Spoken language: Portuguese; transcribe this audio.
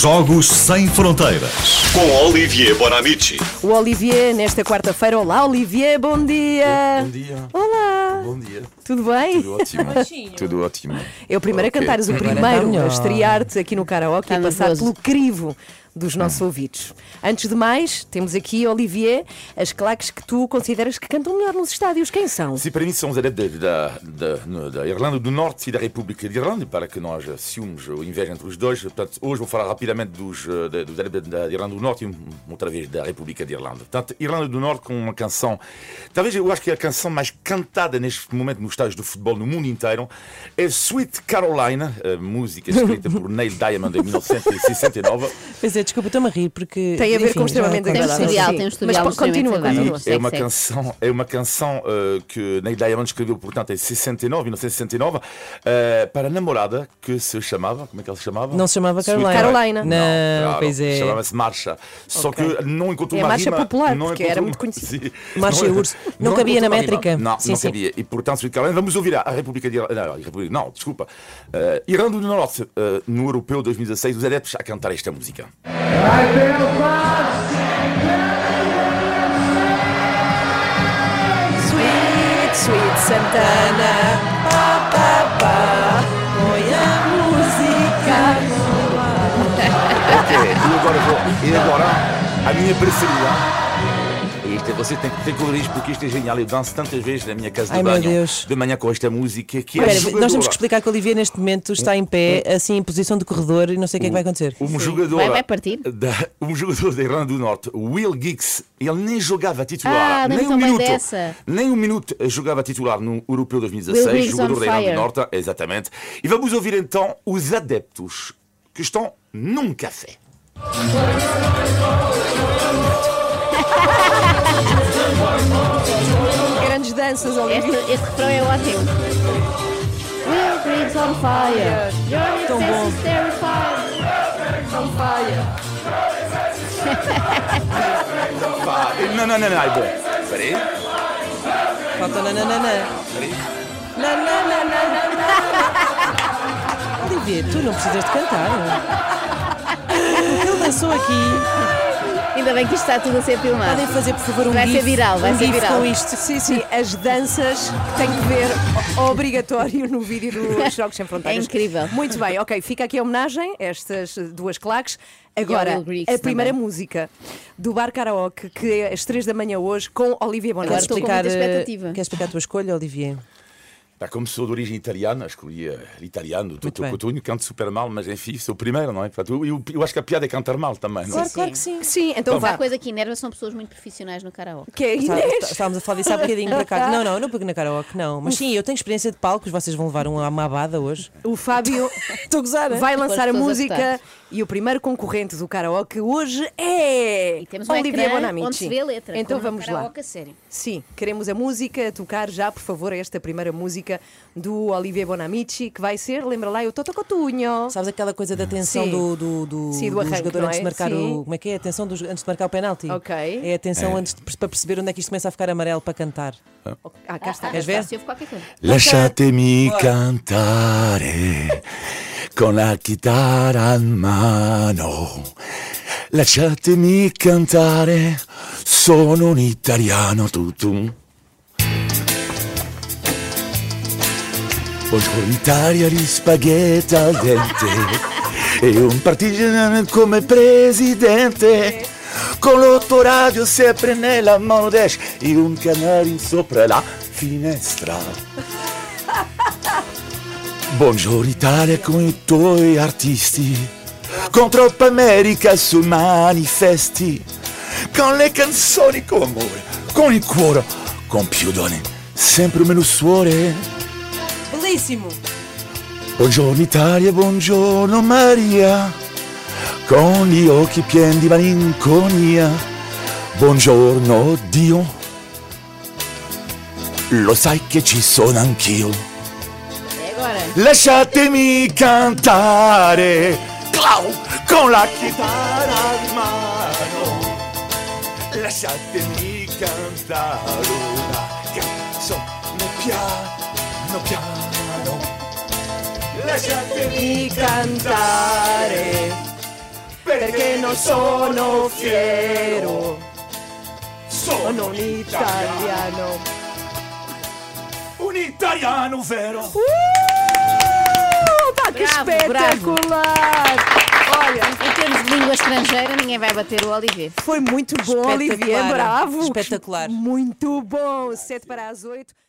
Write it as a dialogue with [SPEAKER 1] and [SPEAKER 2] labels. [SPEAKER 1] Jogos sem fronteiras.
[SPEAKER 2] Com Olivier Bonamici.
[SPEAKER 3] O Olivier, nesta quarta-feira. Olá, Olivier, bom dia.
[SPEAKER 4] Bom dia.
[SPEAKER 3] Olá,
[SPEAKER 4] Bom dia.
[SPEAKER 3] tudo bem?
[SPEAKER 4] Tudo ótimo. Tudo ótimo.
[SPEAKER 3] É o primeiro a
[SPEAKER 4] Ok.
[SPEAKER 3] cantares o
[SPEAKER 4] Agora
[SPEAKER 3] primeiro,
[SPEAKER 5] melhor.
[SPEAKER 3] a estrear-te aqui no karaoke e a
[SPEAKER 5] Tá
[SPEAKER 3] passar
[SPEAKER 5] nervoso.
[SPEAKER 3] pelo crivo dos nossos ouvidos. Antes de mais, temos aqui, Olivier, as claques que tu consideras que cantam melhor nos estádios. Quem são?
[SPEAKER 4] Sim, para mim são os adeptos da, da, no- da Irlanda do Norte e da República de Irlanda, para que não haja ciúmes ou inveja entre os dois. Portanto, hoje vou falar rapidamente dos, eh, da- dos adeptos da Irlanda do Norte e hum, outra vez da República de Irlanda. Portanto, Irlanda do Norte com uma canção, talvez eu acho que é a canção mais cantada neste momento nos estádios de futebol no mundo inteiro, é Sweet Caroline, a música escrita por Neil Diamond em 1969.
[SPEAKER 5] Pois é, desculpa, estou-me a rir porque.
[SPEAKER 3] Tem a ver
[SPEAKER 5] enfim,
[SPEAKER 3] com o extremamente
[SPEAKER 5] já- já-
[SPEAKER 6] Tem um
[SPEAKER 3] agradável.
[SPEAKER 6] historial,
[SPEAKER 3] Sim.
[SPEAKER 6] tem um historial
[SPEAKER 3] Mas pô,
[SPEAKER 6] extremamente
[SPEAKER 3] continua,
[SPEAKER 6] agradável.
[SPEAKER 3] continua.
[SPEAKER 4] E é uma
[SPEAKER 6] Segue, segue.
[SPEAKER 4] canção, é uma canção eh, que Neil Diamond escreveu, portanto, em 69, 1969, eh, para a namorada que se chamava, como é que ela se chamava?
[SPEAKER 5] Não se chamava
[SPEAKER 4] Sweet
[SPEAKER 5] Carolina.
[SPEAKER 3] Carolina.
[SPEAKER 5] Não, pois é.
[SPEAKER 4] Chamava-se Marcha. Só
[SPEAKER 3] Ok.
[SPEAKER 4] que não encontrou
[SPEAKER 3] É a
[SPEAKER 4] uma
[SPEAKER 3] Marcha
[SPEAKER 4] rima,
[SPEAKER 3] Popular,
[SPEAKER 4] não
[SPEAKER 3] porque
[SPEAKER 4] encontrou
[SPEAKER 3] era
[SPEAKER 4] uma-
[SPEAKER 3] muito conhecida.
[SPEAKER 4] Sim.
[SPEAKER 5] Marcha e Urso. Não cabia
[SPEAKER 4] encontrou
[SPEAKER 5] na
[SPEAKER 4] uma rima.
[SPEAKER 5] métrica.
[SPEAKER 4] Não,
[SPEAKER 5] Sim,
[SPEAKER 4] não
[SPEAKER 5] sim.
[SPEAKER 4] cabia. E portanto, Sweet Caroline, vamos ouvir a a República de Irlanda. Não, a República- não, desculpa. Eh, Irlanda do Norte, eh, no Europeu 2016, os adeptos a cantar esta música.
[SPEAKER 3] Sweet, sweet Santana. Pá, pá, pá. Põe a música.
[SPEAKER 4] Ok, É, e agora vou. E agora a minha preferida. Isto, é- você tem que ter coloridos porque isto é genial. Eu danço tantas vezes na minha casa de
[SPEAKER 5] Ai, meu
[SPEAKER 4] banho
[SPEAKER 5] Deus.
[SPEAKER 4] de manhã com esta música que é
[SPEAKER 5] Espera, nós temos
[SPEAKER 4] jogadora.
[SPEAKER 5] que explicar que o Olivier neste momento está em pé,
[SPEAKER 3] Hum,
[SPEAKER 5] assim em posição de corredor e não sei o que é que vai acontecer.
[SPEAKER 4] Um jogador,
[SPEAKER 6] Vai- vai partir?
[SPEAKER 4] da- um jogador da Irlanda do Norte, Will Giggs, ele nem jogava titular,
[SPEAKER 6] Ah,
[SPEAKER 4] nem
[SPEAKER 6] lembro-me
[SPEAKER 4] um
[SPEAKER 6] também
[SPEAKER 4] minuto,
[SPEAKER 6] dessa.
[SPEAKER 4] nem um minuto jogava titular no Europeu
[SPEAKER 6] Will
[SPEAKER 4] 2016,
[SPEAKER 6] Giggs
[SPEAKER 4] jogador
[SPEAKER 6] on
[SPEAKER 4] da Irlanda do
[SPEAKER 6] fire.
[SPEAKER 4] Norte, exatamente. E vamos ouvir então os adeptos que estão num café.
[SPEAKER 3] Grandes danças, Olivier.
[SPEAKER 6] Este, este refrão é ótimo. Will Green's on fire. Your excess is terrifying.
[SPEAKER 4] Ah, não, não, não, não, é bom. Espera aí.
[SPEAKER 5] Falta nananana. Olivier, tu não precisas de cantar. Ele dançou aqui.
[SPEAKER 6] Ainda bem que isto está tudo a ser filmado.
[SPEAKER 5] Podem fazer, por favor, um
[SPEAKER 6] Vai ser
[SPEAKER 5] gif,
[SPEAKER 6] viral, vai
[SPEAKER 5] um
[SPEAKER 6] ser
[SPEAKER 5] gif
[SPEAKER 6] viral.
[SPEAKER 5] com isto.
[SPEAKER 3] Sim, sim, as danças que tem que ver o- obrigatório no vídeo dos Jogos Sem Fronteiras.
[SPEAKER 6] É incrível.
[SPEAKER 3] Muito bem, ok, fica aqui a homenagem, estas eh, duas claques.
[SPEAKER 6] E
[SPEAKER 3] Agora,
[SPEAKER 6] ao Will Griggs
[SPEAKER 3] a primeira
[SPEAKER 6] também.
[SPEAKER 3] música do Bar Karaoke, que é às três da manhã hoje, com Olivia
[SPEAKER 5] Queres
[SPEAKER 3] Bonatti.
[SPEAKER 6] estou com
[SPEAKER 5] explicar,
[SPEAKER 6] muita
[SPEAKER 5] eh,
[SPEAKER 6] expectativa.
[SPEAKER 5] queres explicar a tua escolha, Olivier?
[SPEAKER 4] Pá, Tá, como sou de origem italiana, escolhi eh, italiano, Toto
[SPEAKER 5] bem.
[SPEAKER 4] Cotunho, canto super mal, mas enfim, sou o primeiro, não é? Portanto, Eu, eu, eu acho que a piada é cantar mal também, não é?
[SPEAKER 5] Claro, claro que sim.
[SPEAKER 3] Sim, então
[SPEAKER 4] Então
[SPEAKER 6] Uma
[SPEAKER 3] vá.
[SPEAKER 6] coisa que enerva são pessoas muito profissionais no karaoke.
[SPEAKER 3] Que é
[SPEAKER 5] Está- está-
[SPEAKER 3] Inês.
[SPEAKER 5] Tá, Estávamos a falar disso há bocadinho por acaso. Não, não, não peguei na karaoke, não. Mas sim, eu tenho experiência de palcos, vocês vão levar um à mamada hoje.
[SPEAKER 3] O Fábio
[SPEAKER 5] Estou a gozar.
[SPEAKER 3] vai lançar a
[SPEAKER 6] Depois todas
[SPEAKER 3] música
[SPEAKER 6] as
[SPEAKER 3] e o primeiro concorrente do karaoke hoje é
[SPEAKER 6] E temos um
[SPEAKER 3] Olivia
[SPEAKER 6] ecrã
[SPEAKER 3] Bonamici.
[SPEAKER 6] onde se vê a letra.
[SPEAKER 3] Então
[SPEAKER 6] como no
[SPEAKER 3] vamos lá.
[SPEAKER 6] karaoke a sério.
[SPEAKER 3] Sim, queremos a música, tocar já, por favor, esta primeira música do Olivier Bonamici, que vai ser, lembra lá, eu Toto Cotunho.
[SPEAKER 5] Sabes aquela coisa da tensão
[SPEAKER 3] Sim.
[SPEAKER 5] do, do, do,
[SPEAKER 3] Sim, do
[SPEAKER 5] do
[SPEAKER 3] arranque,
[SPEAKER 5] jogador
[SPEAKER 3] não
[SPEAKER 5] antes
[SPEAKER 3] é?
[SPEAKER 5] de marcar
[SPEAKER 3] Sim.
[SPEAKER 5] o. Como é que é? A tensão dos, antes de marcar o penalti.
[SPEAKER 3] Ok.
[SPEAKER 5] É a tensão antes de- para perceber onde é que isto começa a ficar amarelo para cantar.
[SPEAKER 3] Ah, cá está.
[SPEAKER 5] Queres ver?
[SPEAKER 6] Se houve qualquer coisa.
[SPEAKER 4] Lasciatemi cantare con la chitarra in mano. Lasciatemi cantare, sono un italiano tutum. Ho l'Italia di spaghetti al dente e un partigiano come presidente. Con l'autoradio sempre nella mano destra e un canario sopra la finestra. Buongiorno Italia con i tuoi artisti, con troppa America sui manifesti, con le canzoni con amore, con il cuore, con più donne, sempre meno suore.
[SPEAKER 5] Belíssimo!
[SPEAKER 4] Buongiorno Italia, buongiorno Maria, con gli occhi pieni di malinconia. Buongiorno Dio, lo sai che ci sono anch'io.
[SPEAKER 6] É agora.
[SPEAKER 4] Lasciatemi cantare Clau con la chitarra in mano Lasciatemi cantare una canzone piano piano Lasciatemi cantare
[SPEAKER 3] perché non sono fiero. Sono un italiano.
[SPEAKER 4] Un italiano vero!
[SPEAKER 3] Uh, pá, que
[SPEAKER 6] Bravo,
[SPEAKER 3] espetacular! Olha,
[SPEAKER 6] Em termos de língua estrangeira, ninguém vai bater o Olivier.
[SPEAKER 3] foi muito bom,
[SPEAKER 5] Espetacular,
[SPEAKER 3] Olivier, bravo!
[SPEAKER 5] espetacular.
[SPEAKER 3] Muito bom! 7 para as 8.